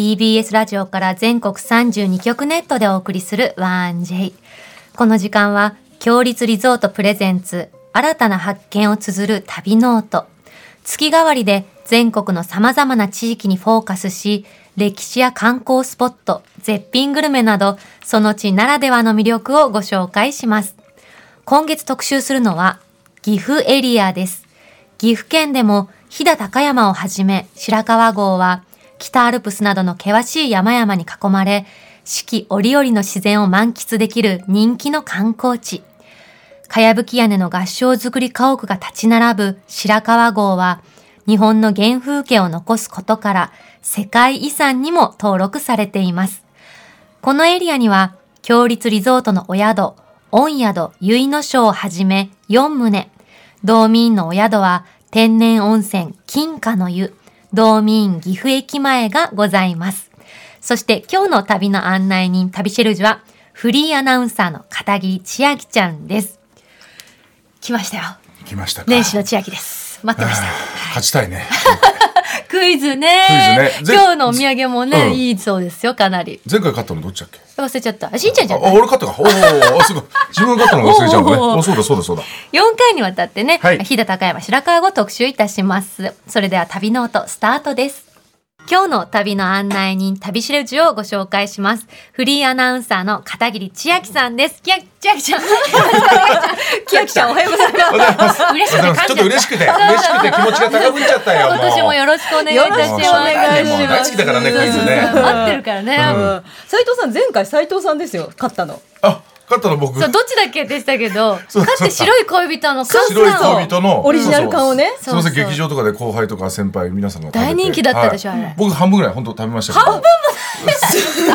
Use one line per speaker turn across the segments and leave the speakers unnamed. TBS ラジオから全国32局ネットでお送りする 1J この時間は強立リゾートプレゼンツ新たな発見を綴る旅ノート月替わりで全国の様々な地域にフォーカスし歴史や観光スポット絶品グルメなどその地ならではの魅力をご紹介します今月特集するのは岐阜エリアです岐阜県でも飛騨高山をはじめ白川郷は北アルプスなどの険しい山々に囲まれ四季折々の自然を満喫できる人気の観光地かやぶき屋根の合掌造り家屋が立ち並ぶ白川郷は日本の原風景を残すことから世界遺産にも登録されていますこのエリアには強立リゾートのお宿御宿結野省をはじめ4棟道民のお宿は天然温泉金華の湯、道民岐阜駅前がございます。そして今日の旅の案内人、旅シェルジュはフリーアナウンサーの片木千秋ちゃんです。来ましたよ。
来ました
年始の千秋です。待ってました。
勝ちた いね。
クイズね。ズね今日のお土産もね、うん、いいそうですよ、かなり。
前回買ったのどっちだっけ
忘れちゃった。しんちゃんじゃん。
あ、俺買ったか。おお、あ、すごい。自分買ったの忘れちゃうのね。おそうだ、そうだ、そうだ。
4回にわたってね、はい、日田高山白川を特集いたします。それでは旅ノート、スタートです。今日の旅の案内人、旅しるじをご紹介します。フリーアナウンサーの片桐千秋さんです。千秋ちゃん、 千秋ちゃん、おはようございます。嬉しく
て、ちょっと嬉しくて、嬉しくて気持ちが高ぶっちゃったよ。
今年もよろしくお願いいたします。
大好きだからね、クイズね。
合ってるからね。
斉藤さん、前回斉藤さんですよ、勝ったの。
あ。勝ったの僕
どっちだっけでしたけど勝って白い恋人の
白い恋人の
オリジナル缶をね
すみません劇場とかで後輩とか先輩皆さんが
大人気だったでしょ、は
僕半分ぐらい本当食べました
半分
も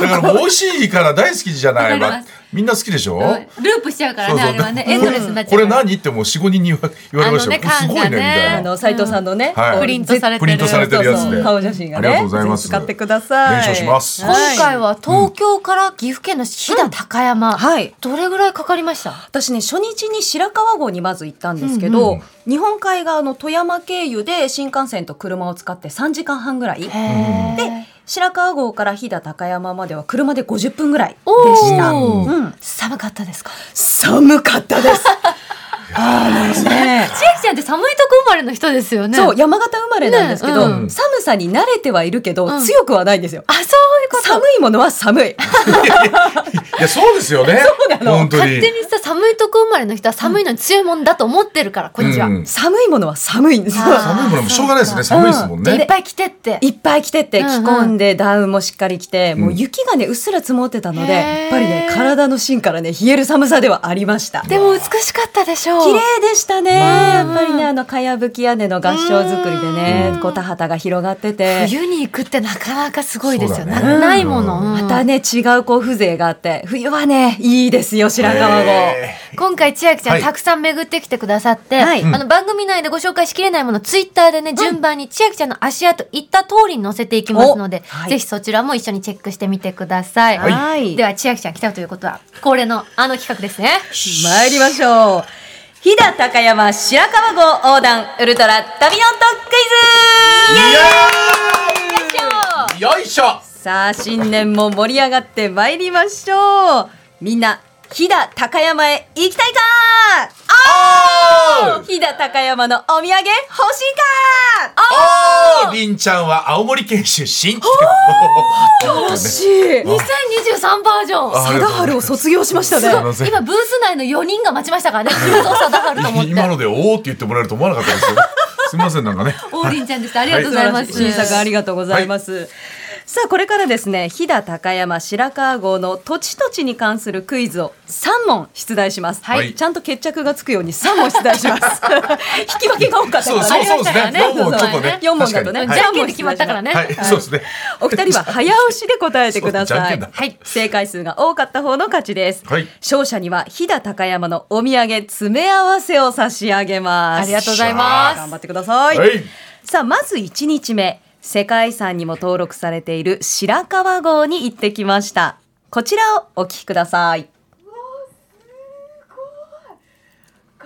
だからもう美味しいから大好きじゃないみんな好きでしょ、うル
ープしちゃうからねあれはねエンドレスになっちゃ
うこれ何ってもう45人に言われましたよ、すごいねみた
いな斎藤さんのね、
プリントされてる
プリントされてるやつで
顔写真が
ねありがとうございます
使ってくださ
い今
回は東京から岐阜県の飛騨高山、はいどれぐらいかかりました、
私ね初日に白川郷にまず行ったんですけど、うんうん、日本海側の富山経由で新幹線と車を使って3時間半ぐらいで白川郷から飛騨高山までは車で50分ぐらいでした、うん
寒かったですか
寒かったですあのね、
千秋ちゃんって寒いとこ生まれの人ですよね。
そう、山形生まれなんですけど、ねうん、寒さに慣れてはいるけど、うん、強くはないんですよ。
あ、そういうこと。
寒いものは寒い。
いや、そうですよね。
そうなの。
勝手にさ、寒いとこ生まれの人は寒いのに強いもんだと思ってるから、こっちは。うん、
寒いものは寒いんですよ。
寒いものもしょうがないですね。寒いですもんね。
いっぱい着てって。
いっぱい着てって、着込んで、ダウンもしっかり着て、もう雪がね、うっすら積もってたので、やっぱりね、体の芯からね、冷える寒さではありました。
でも美しかったでしょ
綺麗でしたね、やっぱりねあのかやぶき屋根の合掌造りでねこたはたが広がってて
冬に行くってなかなかすごいですよねないもの、
またね違うこう風情があって冬はねいいですよ白川郷
今回千秋ちゃん、たくさん巡ってきてくださって、あの番組内でご紹介しきれないものツイッターでね順番に千秋ちゃんの足跡行った通りに載せていきますので、ぜひそちらも一緒にチェックしてみてください、はい、では千秋ちゃん来たということは恒例のあの企画ですね
参りましょう飛騨高山白川郷横断ウルトラ旅の
トクイズよいしょ
さあ新年も盛り上がってまいりましょうみんな飛騨高山へ行きたいかおー飛騨高山のお土産欲しいか
おーりんちゃんは青森県出身
楽しい
2023バージョン
貞治を卒業しましたね
今ブース内の4人が待ちましたからね
今のでおおって言ってもらえると思わなかったです よすみませんなんかね
おりんちゃんでしありがとうございます
新作ありがとうございます、さあこれからですね飛騨高山白川郷の土地土地に関するクイズを3問出題します、はい、ちゃんと決着がつくように3問出題します引き分けが多かったから
ねそうですね4問ちょっとね
4問だとね
じゃんけんで決まったからね、
はいそうですね
お二人は早押しで答えてくださいはい、正解数が多かった方の勝ちです、はい、勝者には飛騨高山のお土産詰め合わせを差し上げます
ありがとうございます
頑張ってください、はい、さあまず1日目世界遺産にも登録されている白川郷に行ってきましたこちらをお聞きください
いいな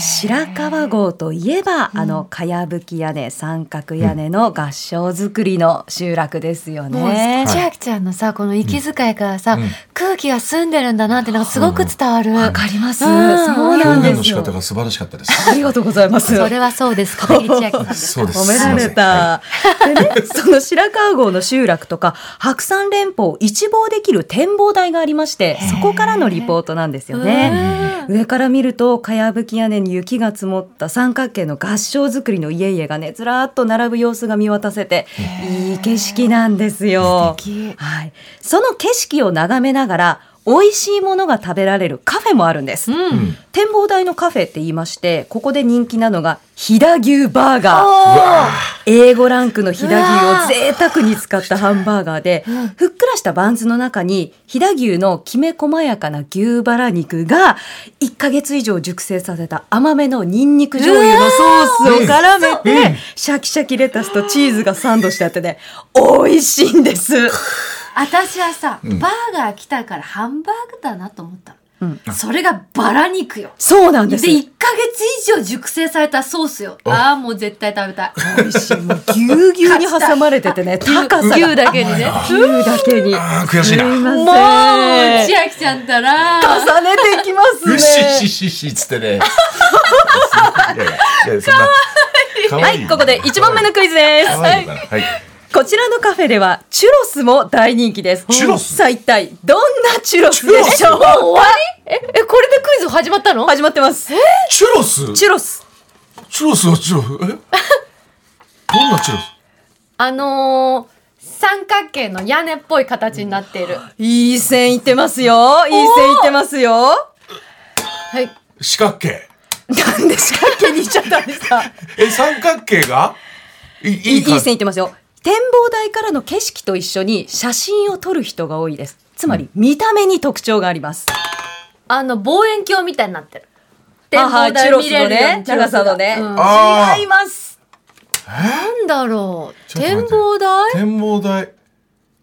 白川郷といえば、あのかやぶき屋根三角屋根の合掌造りの集落ですよ
もう
ね。
千秋ちゃんのさこの息遣いからさ、
うん
空気が澄んでるんだなってなんかすごく伝わる、
わかります。
うん
そうなん
表現
で
の
す
仕
よ
方。が素晴らしかったです。
ありがとうございます。
それはそうです片 桐千秋さんです
そうです。
褒められた。でね、 その白川郷の集落とか白山連峰を一望できる展望台がありまして、そこからのリポートなんですよね。
ね
上から見るとかやぶき屋根に雪が積もった三角形の合掌造りの家々がねずらーっと並ぶ様子が見渡せていい景色なんですよ。はい、その景色を眺めながら美味しいものが食べられるカフェもあるんです。
うん、
うん。
展望台のカフェって言いましてここで人気なのが飛騨牛バーガー。
うわ
A5 ランクの飛騨牛を贅沢に使ったハンバーガーで、ふっくらしたバンズの中に飛騨牛のきめ細やかな牛バラ肉が1ヶ月以上熟成させた甘めのニンニク醤油のソースを絡めて、シャキシャキレタスとチーズがサンドしてあってね、美味しいんです。
私はさ、
うん
バーガー来たからハンバーグだなと思った
う
の、
ん
それがバラ肉よ
そうなん
で
です。
1ヶ月以上熟成されたソースよああもう絶対食べ たい
美味しい。もうぎゅうぎゅうに挟まれててね、高さが。
牛だけにね
牛だけに。
あー悔しいな
すません
もう千秋ちゃんったら
重ねていきますね。
うししししっつ ってね。いやいやいやそんな可
は
愛い
い、ここで1問目のクイズです。
可愛い
は
の
い
かなはい。
こちらのカフェでは、チュロスも大人気です。
チュロス
さあ一体、どんなチュロスでしょうか
ええこれでクイズ始まったの
始まってます。
チュロス。チ
チュロス。
ュロスはチュロス。え？どんなチュロス？
あのー三角形の屋根っぽい形になっている
いい線いってますよ。いい線いってますよ。
はい
四角形。
なんで四角形にいっちゃったんですか
え三角形が？いい
いいい
感
い線いってますよ。展望台からの景色と一緒に写真を撮る人が多いです。つまり、見た目に特徴があります。
あの望遠鏡みたいになってる展
あ
望
はいチ
台
ュロ
見
ス
れ
の
るよう
ね
に、
長さのね。
うん
あー
違います。
なんだろう
ちょっと待
展
って
望台
展望台。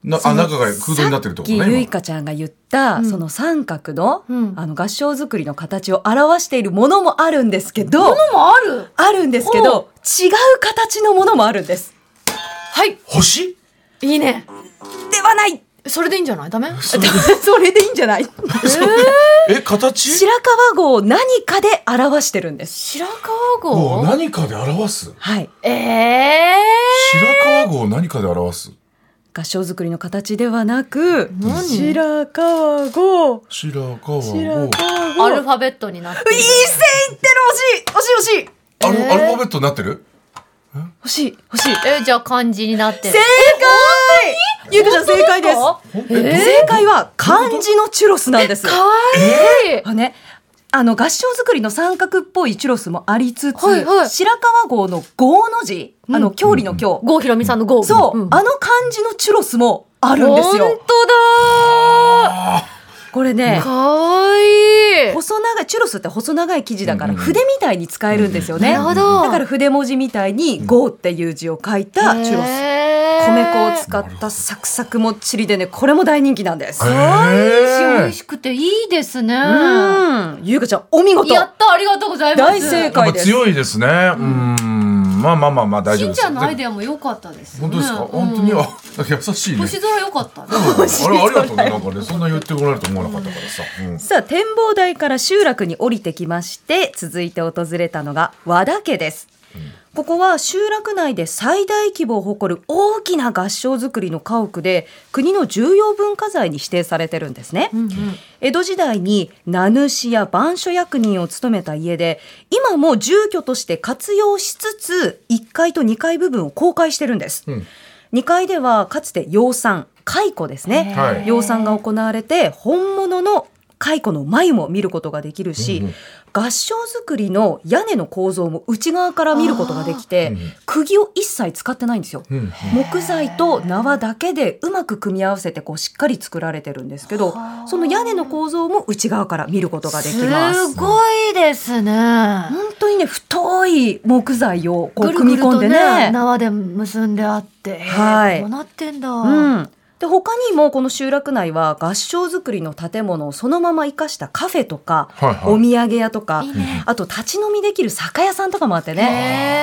なあ中が空洞になってるってこと
さっきゆ
ね。
い
今
かちゃんが言った、
ん
その三角の,、
うん
あの合掌造りの形を表しているものもあるんですけど
もある
あるんですけど違う形のものもあるんです。
はい
星？
いいね
ではない
それでいいんじゃないダメ
それ
それでいいんじゃない
え形？
白川郷を何かで表してるんです。
白
も
川
う
郷
何かで表す。
はい、
ええ
白川郷を何かで表す。
合掌造りの形ではなく
何
白川郷
白川郷。
白川
ー、
郷
アルファベットになって
い
る
い線いってる惜しい惜しい惜しい
アル
えー
アルファベットになってる？
惜しい惜しい
えじゃあ漢字になってる
正解ゆうかちゃん正解です
本当
え
え
正解は漢字のチュロスなんです。
かわいい
あね、あの合掌造りの三角っぽいチュロスもありつつ、
はいはい
白川郷の郷の字、あの郷里の郷、
郷ひろみさんの郷
そう、
ん
あの漢字のチュロスもあるんです
本
よ。
当だ
あ
これ
ー
ね。
かわいい
細長いチュロスって細長い生地だから
うんうん
筆みたいに使えるんですよね、
なるほど
だから筆文字みたいに「郷」っていう字を書いたチュロス
へー
米粉を使ったサクサクもっちりでねこれも大人気なんです
ー。
美
え
味しくていいですね
うんゆうかちゃんお見事
やったありがとうございます
大正
やっ
解
ぱ
です
強いですね。うん。まあまあまあまあ大丈夫
しん
です。
ちゃんのアイデアも良かったですよ
本
ね
当ですか。本当に
うん
あなんか優しいね。
星空良かったね
あれありがとうねなんかねそんな言ってもらえると思わなかったからさ。うん
さあ展望台から集落に降りてきまして続いて訪れたのが和田家です、ここは集落内で最大規模を誇る大きな合掌造りの家屋で国の重要文化財に指定されてるんですね、江戸時代に名主や番所役人を務めた家で今も住居として活用しつつ1階と2階部分を公開してるんです、
ん
2階ではかつて養蚕蚕ですね、
はい
養蚕が行われて本物の蚕の眉も見ることができるし、合掌造りの屋根の構造も内側から見ることができて、
うん
釘を一切使ってないんですよ。
うん。
木材と縄だけでうまく組み合わせてこうしっかり作られてるんですけどその屋根の構造も内側から見ることができます。
すごいですね
本当にね太い木材をこ
ぐ
う
るぐ
組
る
み込ん
と
で
ね
ね
縄で結んであって
はい
こうなってんだ
うん、でで他にもこの集落内は合掌造りの建物をそのまま生かしたカフェとか、
はいはい
お土産屋とか
いいね
あと立ち飲みできる酒屋さんとかもあってね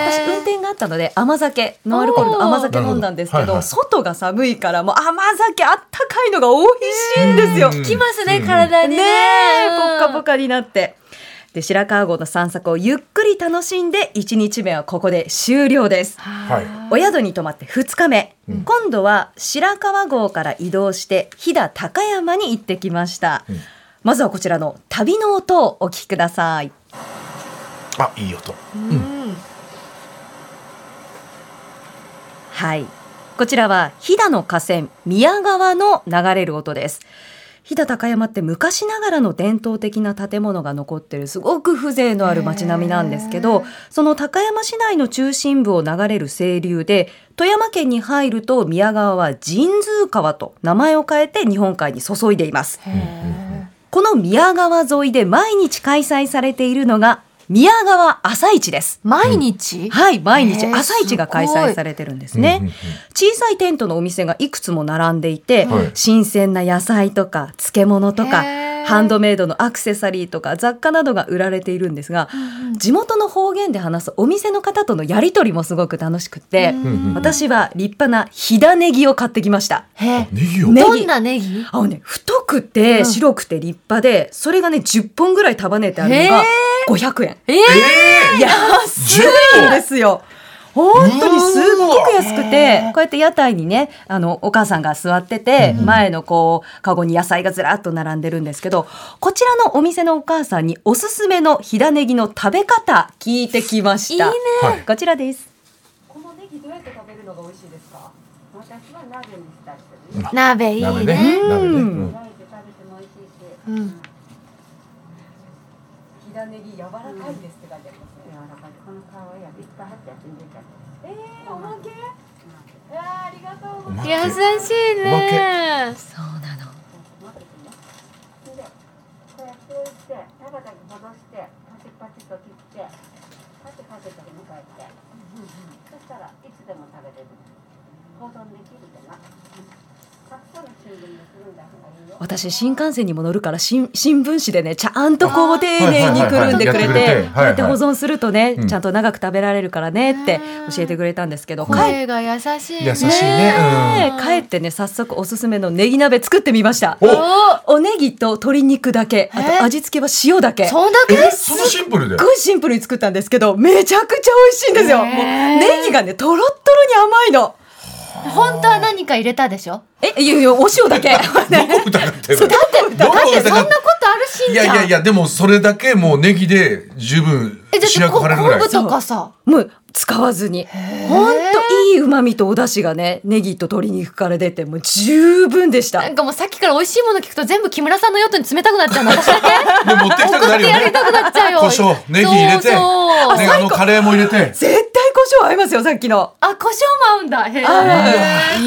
へー
私運転があったので甘酒ノンアルコールの甘酒飲んだんですけ
な
ど
るほどはいはい
外が寒いからもう甘酒あったかいのが美味しいんですよ。
うん
きますね、体
ね
にね。
え、ぽっか
うん
ぽかになって。で白川郷の散策をゆっくり楽しんで1日目はここで終了です。
はい
お宿に泊まって2日目、今度は白川郷から移動して飛騨高山に行ってきました、
ん
まずはこちらの旅の音をお聞きください
あいい音
うん
はいこちらは飛騨の河川宮川の流れる音です飛騨高山って昔ながらの伝統的な建物が残ってるすごく風情のある街並みなんですけどその高山市内の中心部を流れる清流で富山県に入ると宮川は神通川と名前を変えて日本海に注いでいますこの宮川沿いで毎日開催されているのが宮川朝市です
毎日
はい、毎日
へー
朝市が開
すご
催
い
されてるんですね。
うんうんうん
小さいテントのお店がいくつも並んでいて、
はい
新鮮な野菜とか漬物とか
へー
ハンドメイドのアクセサリーとか雑貨などが売られているんですが、地元の方言で話すお店の方とのやり取りもすごく楽しくて、
ん
私は立派な飛騨ネギを買ってきました。
へ
ネギを
ねネギ
どんなネギ
あのね、太くて白くて立派で、それがね、10本ぐらい束ねてあるのが500円。
ええ
安いんですよ。本当にすっごく安くて、こうやって屋台にね、あの、お母さんが座ってて、前のこう、カゴに野菜がずらっと並んでるんですけど、こちらのお店のお母さんにおすすめのひだねぎの食べ方聞いてきました。
いいね
はい
こちらです。
鍋いいね
鍋ね
うん
鍋ねうん
うん
ひだねぎ柔らかいですって書いてありますね。おまけ
おまけ
優しいね
そうなの。私新幹線にも乗るから新新聞紙でねちゃんとこう丁寧にくるんでくれ
はいはいはいはいやってくれて
てこうやって保存するとね
うん
ちゃんと長く食べられるからねって教えてくれたんですけど帰っ
声が優しいね
優しいね
て帰ってね早速おすすめのネギ鍋作ってみました
お
おネギと鶏肉だけあ
え
と味付けは塩だけすっ
そんだけ
えそのシンプルで
ごいシンプルに作ったんですけどめちゃくちゃ美味しいんですよもうネギがねとろっとろに甘いの
本当は何か入れたでしょ
えいやいやお塩だ け
どこ疑ってるのどこ
だってそ
疑
ん
って
なことあるしん
い
じ
や
ゃ
い
ん
やいやでもそれだけもうネギで十分
えだって
主役張れるぐらい
こ昆布とかさ
もう使わずに。ほんといい旨味とお出汁がね、ネギと鶏肉から出て、もう十分でした
な。んかもうさっきから美味しいもの聞くと全部木村さんの用途に冷たくなっちゃうの 私だけ
で持ってきたくなるよ
やり
ね
たくなっちゃうよ
胡椒ネギ入れて
そうそう
ねあのカレーも入れて
絶対胡椒合いますよ、さっきの。
あ胡椒も合うんだへえ
あ
す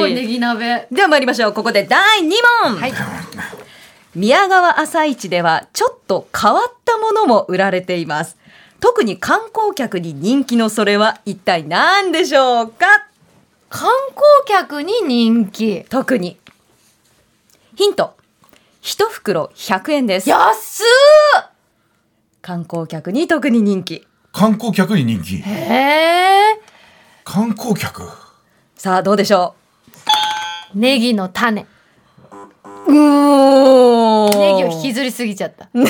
ごいネギ鍋
では参りましょう。ここで第2問、
はい
宮川朝市では、ちょっと変わったものも売られています。特に観光客に人気のそれは一体何でしょうか
観光客に人気
特に。ヒント。一袋100円です。
安っ
観光客に特に人気。
観光客に人気
え
観光客
さあ、どうでしょう
ネギの種
うーん
ネギを引きずりすぎちゃった100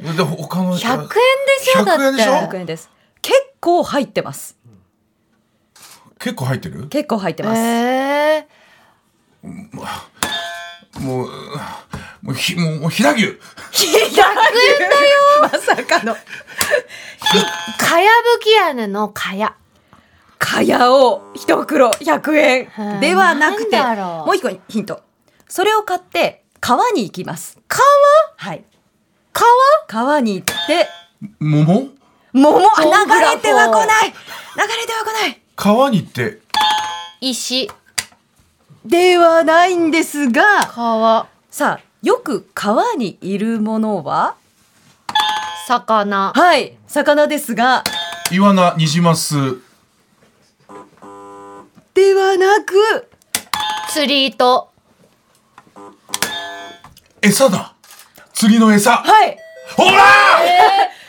円
で他の
でしょだって
100円でしょ
100円です結構入ってます
結構入ってる
結構入ってます、
え
もうもうひもうひら牛
まさかの
ー、かやぶき屋根のかや
かやを一袋100
は
円
い
ではなくて
なんだろう
もう一個ヒントそれを買って川に行きます川はい川川に行って
桃
桃あ流
モンブラン
れては来ない流れては来ない
川に行って
石
ではないんですが
川
さあよく川にいるものは
魚
はい魚ですが
イワナニジマス
ではなく
釣り糸。
餌だ釣りの餌
はい
ほら、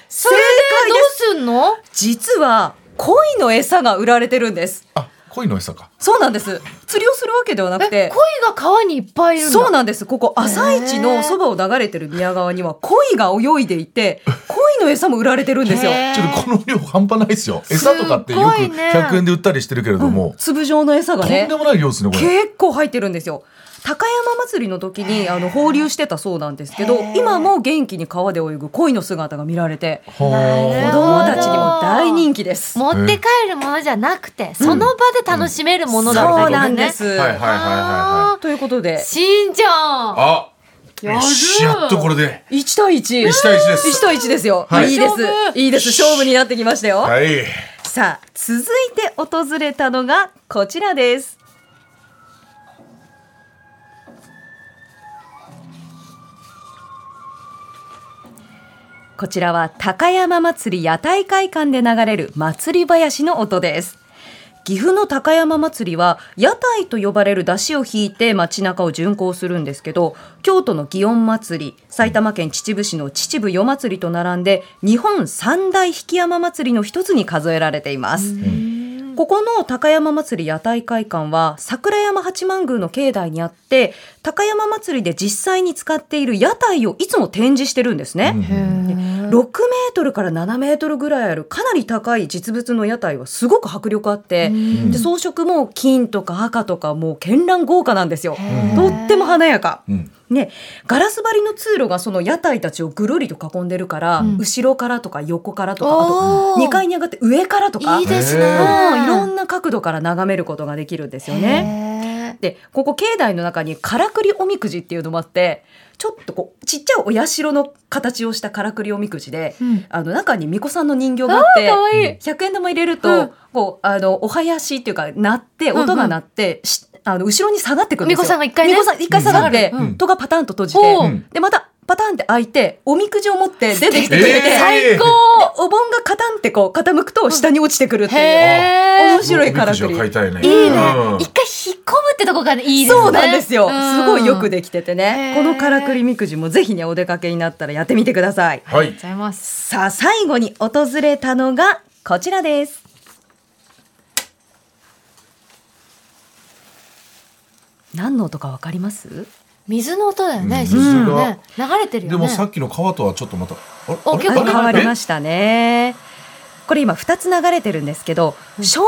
正解
え、ど
で
う
す
すんの
実は恋の餌が売られてるんです
あ鯉の餌か
そうなんです釣りをするわけではなく
え、
て
鯉が川にいっぱいいるんだ。
そうなんですここ朝市のそばを流れてる宮川には鯉が泳いでいて鯉の餌も売られてるんですよ
へー
ちょっとこの量半端ないですよ餌とかってよく
すごいね
100円で売ったりしてるけれども、
粒状の餌が
と
ね
んでもない量ですねこれ
結構入ってるんですよ高山祭りの時にあの放流してたそうなんですけど今も元気に川で泳ぐ鯉の姿が見られて
な
は
る
子
ほど
供たちにも大人気です
持って帰るものじゃなくて、その場で楽しめるもの
そう
だったけどね。
なんです、
あはいはいはいはいはい
あ
ということ
ー
で
しんちゃん。
あ
やる
よしやっとこれで
1対1
1対1です
1対1ですよ、
はい
い、いですいいです勝負になってきましたよ、
はい
さあ続いて訪れたのがこちらですこちらは高山祭り屋台会館で流れる祭り林の音です岐阜の高山祭りは屋台と呼ばれる出汁を引いて街中を巡行するんですけど京都の祇園祭り埼玉県秩父市の秩父夜祭りと並んで日本三大引山祭りの一つに数えられています。ここの高山祭り屋台会館は桜山八幡宮の境内にあって高山祭りで実際に使っている屋台をいつも展示してるんですね。6メートルから7メートルぐらいあるかなり高い実物の屋台はすごく迫力あって、で装飾も金とか赤とかもう絢爛豪華なんですよ。とっても華やか。
うん
ね、ガラス張りの通路がその屋台たちをぐるりと囲んでるから、後ろからとか横からとかあ
お
と
ー
2階に上がって上からとか
いいですね。
へ
うんいろ
なん
な角度から眺めることができるんですよね。でここ境内の中にからくりおみくじっていうのもあってちょっとこうちっちゃいお社の形をしたからくりおみくじで、
ん
あの中に巫女さんの人形があって
かわいい。
100円玉入れると、
うん
こうあのお囃子っていうか鳴って音が鳴って、しあの後ろに下がってくるんですよ。
巫女さんが一回ね
巫女さん一回下がって、
うん
うん
戸がパタンと閉じて、
ほ
う
でまたパタンって開いておみくじを持って出てきてくれて、
えー
最高。
お盆がカタンってこう傾くと下に落ちてくるっていう。
へ
面白いからく
おみくじは買い
り。
たいね
え。いいね。一回
うん
引っ込むってとこがねいいですね。
そうなんですよ。すごいよく
で。
できてて
へー
ね。このからくりみくじもぜひね、お出かけになったらやってみてください。
あ
は
りがとう
い
ございます。
さあ、最後に訪れたのがこちらです。何の音かわかります
水の音だよね、
水
実
が
際ね。流れてるよね。
でもさっきの川とはちょっとまたあれ
お
あれ
結
あ
構
変わりましたね。これ今2つ流れてるんですけど、鍾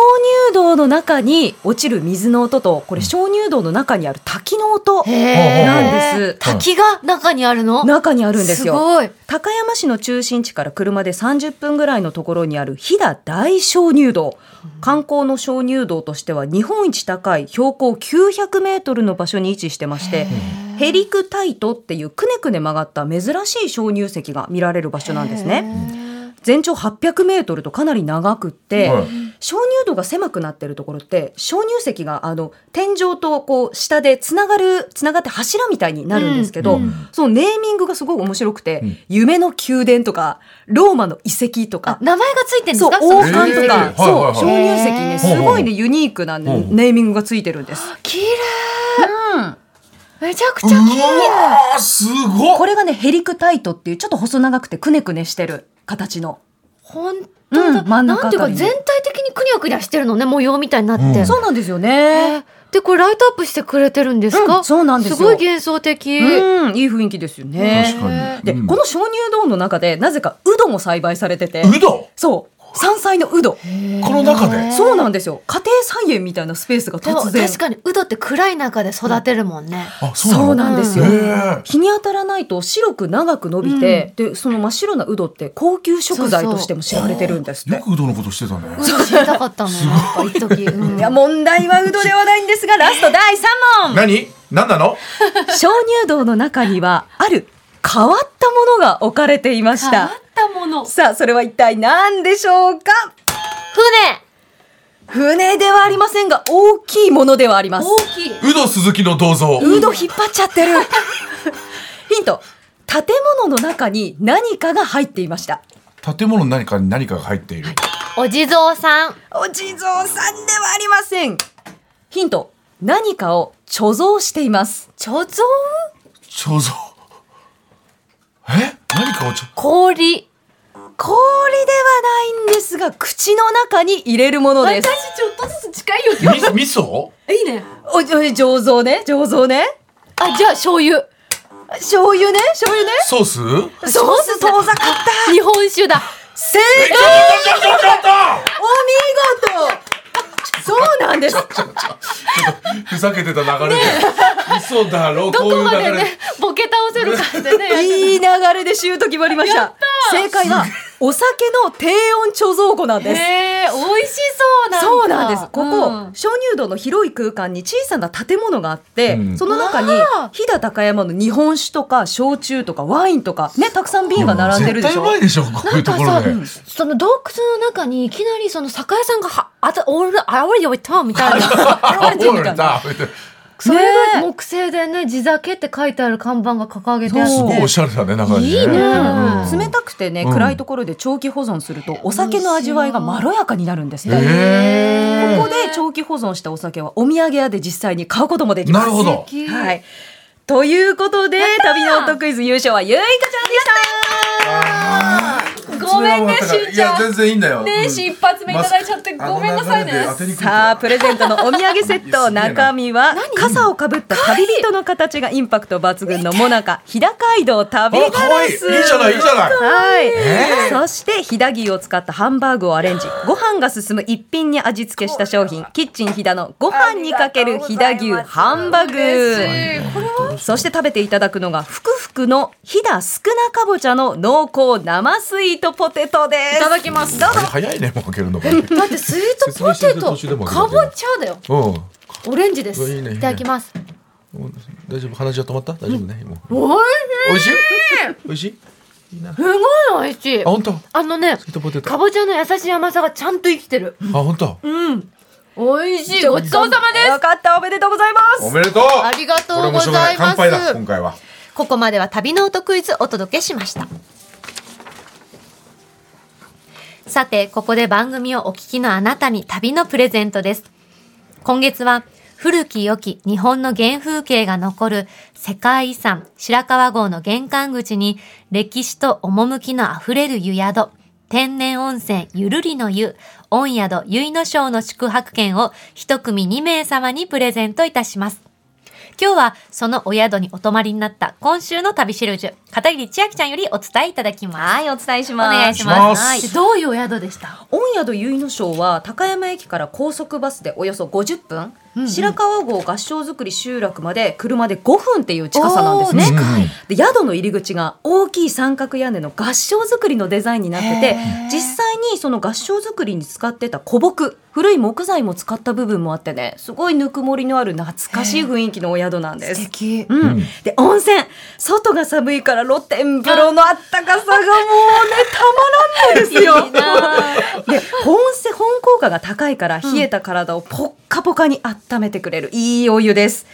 乳洞の中に落ちる水の音と、これ鍾乳洞の中にある滝の音
へー
なんです
滝が中にあるの。
中にあるんですよ。
すごい。
高山市の中心地から車で30分ぐらいのところにある飛騨大鍾乳洞観光の鍾乳洞としては日本一高い標高900メートルの場所に位置してましてヘリクタイトっていうくねくね曲がった珍しい鍾乳石が見られる場所なんですね全長800メートルとかなり長くって、
はい
鍾乳洞が狭くなってるところって鍾乳石があの天井とこう下でつながるつながって柱みたいになるんですけど、
うん
そのネーミングがすごい面白くて、
うん
夢の宮殿とかローマの遺跡と
あ
か。
名前がついてるんです
そう
か。
王
の
冠
へー
とか、
はいはいはい
そう鍾乳石ねすごいね
へ
ユニークなね
ほうほう
ネーミングがついてるんです。
綺麗。めちゃく
う
ちゃ綺麗。
わーすごっ
これがねヘリクタイトっていうちょっと細長くてくねくねしてる形の。
本当だ。
うん真ん
な
中
んていう
あ
か
たりに
全体的にくにゃくにゃしてるのね模様みたいになって。
うん
そうなんですよね。
でこれライトアップしてくれてるんですか。
うんそうなんですよ
すごい幻想的。
うんいい雰囲気ですよね。
確かに
で、
うん
この鍾乳洞の中でなぜかウドも栽培されてて、
うど
そう山菜のウド、
この中で
そうなんですよ家庭菜園みたいなスペースが
でも
突然
確かにウドって暗い中で育てるもんね。
あ
そうなんですよ、
へー
日に当たらないと白く長く伸びて、でその真っ白なウドって高級食材としても知られてるんですって
よくうどんのことしてたね
ウド知りたかったのよ。やっぱ一時。うん
いや問題はウドではないんですがラスト第3問
何何なの
鍾乳洞の中にはある変わったものが置かれていまし
変わったたもの。
さあそれは一体何でしょうか
船。
船ではありませんが大きいものではあります
大きい。
うど鈴木の銅像
ウード引っ張っちゃってる。ヒント。建物の中に何かが入っていました。
建物の何かに何かが入っている
お地蔵さん。
お地蔵さんではありません。ヒント。何かを貯蔵しています。
貯蔵
貯蔵。え何かをちょ、
氷。
氷ではないんですが、口の中に入れるもの
私
で
ち
す。
ょっとずつ近いよ今
み、味噌
日。いいね。
お、じょ醸造ね、醸造ね。
あ、じゃあ醤油。
醤油ね、醤油ね。
ソース
ソース遠ざかった。
日本酒だ。
正
えちょ
解
ちょちょちょ
お 見事そうなんです。
ちょっとちょっと ふざけてた流れで。嘘だろ、
ど
こう
こ
いう
まで
流れ。
ね、ボケ倒せるかってね。
いい流れでシュート決まりました。正解は、お酒の低温貯蔵庫なんです。
へえ、美味しそうなんだ。
そうなんです。ここ、
うん
鍾乳洞の広い空間に小さな建物があって、
うん
その中に飛騨高山の日本酒とか焼酎とかワインとかねたくさん瓶が並んでるで
絶
し
対う
ょ。
まいでしょ、こう
ない
うんと
か
ころ
さ
で。、
その洞窟の中にいきなりその酒屋さんがは、あた、オール、あおりおいたみた いな。
あ、
れてるみたい
だ。
それが木製でね、地酒って書いてある看板が掲げてあって。
すごいおしゃれだね、中にね。
いいね
うん
冷たくてね、
うん
暗いところで長期保存するとお酒の味わいがまろやかになるんですね。
え
ここで長期保存したお酒はお土産屋で実際に買うこともでき
ー、
ます。
なるほど。
は。
はいい。ということで、旅の音クイズ優勝はゆいかちゃんでし
ごめんね、
それは
しんちゃ
いや、全
ん。
然いいんだよ。
ね
うん
一発目いただいちゃって
まさ
ごめんなさいね
あの流れで当てにく
た
い
さあ、
か
プレゼントのお土産セット、
すげえな
中身は、傘をかぶった旅人の形がインパクト抜群のもなか、飛騨街道旅
ら。あ、
ガ
可
ラ
愛いい。いい
ス。
じゃない、いいじゃない。
はい、
え
そして飛騨牛を使ったハンバーグをアレンジご飯が進む一品に味付けした商品キッチン飛騨のご飯にかける飛騨牛ハンバーグ
嬉しいこれ
そして食べていただくのがふくふくの飛騨少なかぼちゃの濃厚生スイートポテトです
いただきます。だ
あれ早いね、もう開けるのが。うん。
だってスイートポテト、
説明してる途中でも
かぼちゃだよ。オレンジです。
うわいいねいいね
いただきます。
大丈夫、話は止まった大丈夫ね、もう。
おい
美味しい美味しいいいな。あ
すごい美味しい、。
本当。
あのね
スイートポテ、ト
かぼちゃの優しい甘さがちゃんと生きてる。
あ、本当。
美味しい。ごちそうさまです。
よかったおめでとうございます
おめでとう
ありがとうございます
これもしょがな乾杯だ、今回は。
ここまでは旅の音クイズお届けしました。さて、ここで番組をお聞きのあなたに旅のプレゼントです。今月は、古き良き日本の原風景が残る世界遺産白川郷の玄関口に歴史と趣のあふれる湯宿、天然温泉ゆるりの湯、温宿ゆいの章の宿泊券を一組2名様にプレゼントいたします。今日はそのお宿にお泊まりになった今週の旅しるじゅ片桐千秋ちゃんよりお伝えいただきます。
はいお伝えし
お
ます
願いし
お願
ま
いします
す。はい
どういうお宿でした
御宿結納賞は高山駅から高速バスでおよそ50分、白川郷合掌造り集落まで車で5分っていう近さなんですね
おー近い。
で宿の入り口が大きい三角屋根の合掌造りのデザインになってて実際にその合掌造りに使ってた古木古い木材も使った部分もあってねすごいぬくもりのある懐かしい雰囲気のお宿なんです。
敵。
うん
うん
で温泉外が寒いから露天風呂のあったかさがもうねたまらんのですよ。 で保温性保温効果が高いから冷えた体をポッカポカに温めてくれるいいお湯です。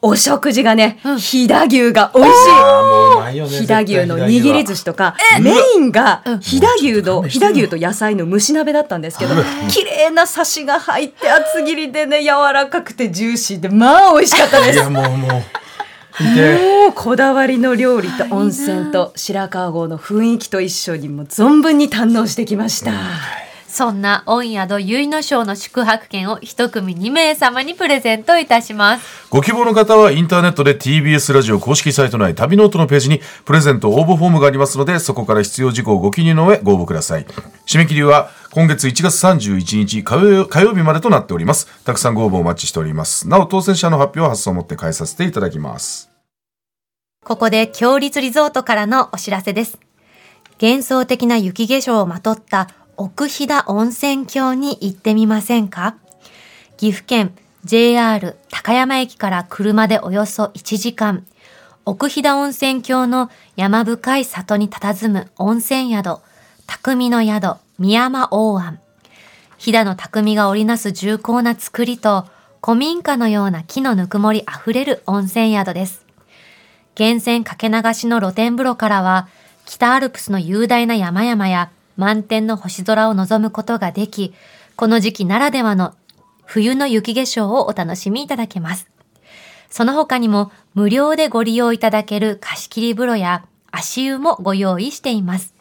お食事がね、飛騨牛が美味し
あ、もううまいよね
い。飛騨牛の握り寿司とか、メインが飛騨牛の、飛騨牛と野菜の蒸し鍋だったんですけど、綺麗なサシが入って厚切りでね、柔らかくてジューシーで、まあ美味しかったです
い。や、もう、もう。見て。
もうこだわりの料理と温泉と白川郷の雰囲気と一緒にもう存分に堪能してきました。
そんな御宿結納賞の宿泊券を一組2名様にプレゼントいたします。
ご希望の方はインターネットで TBS ラジオ公式サイト内旅ノートのページにプレゼント応募フォームがありますのでそこから必要事項をご記入の上ご応募ください締め切りは今月1月31日火曜火曜日までとなっておりますたくさんご応募お待ちしておりますなお当選者の発表は発送をもって返させていただきます
ここで強立リゾートからのお知らせです。幻想的な雪化粧をまとった奥飛騨温泉郷に行ってみませんか岐阜県 JR 高山駅から車でおよそ1時間、奥飛騨温泉郷の山深い里に佇む温泉宿、匠の宿、宮山大庵。飛騨の匠が織りなす重厚な造りと、古民家のような木のぬくもりあふれる温泉宿です。源泉かけ流しの露天風呂からは、北アルプスの雄大な山々や満天の星空を望むことができ、この時期ならではの冬の雪化粧をお楽しみいただけます。その他にも無料でご利用いただける貸し切り風呂や足湯もご用意しています。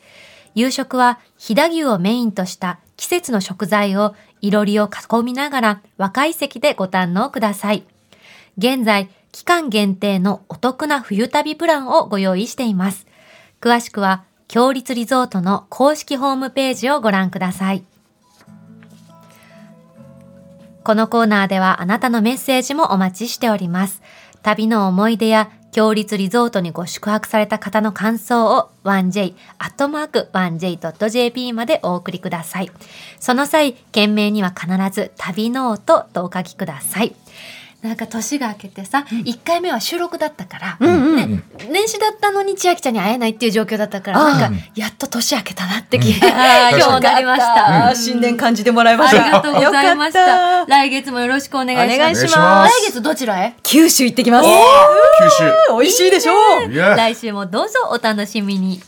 夕食は飛騨牛をメインとした季節の食材をいろりを囲みながら若い席でご堪能ください。現在、期間限定のお得な冬旅プランをご用意しています。詳しくは、強立リゾートの公式ホームページをご覧ください。このコーナーではあなたのメッセージもお待ちしております。旅の思い出や、強立リゾートにご宿泊された方の感想を 1j.1j.jp までお送りください。その際、件名には必ず旅ノートとお書きください。なんか年が明けてさ、一1回目は収録だったから、ね、年始だったのに千秋ちゃんに会えないっていう状況だったから、なんか、やっと年明けたなって気、 今
よか
日
った
なりました。
新年感じてもらいま
あ
し
り
た。
がとうございまし
よか
た。
った
来月もよろしくお願いします。
お願いし
願い
ます
します
来月どちらへ
九州行ってきます。
九
美味しいでしょう。
州いや
来週もどうぞお楽しみに。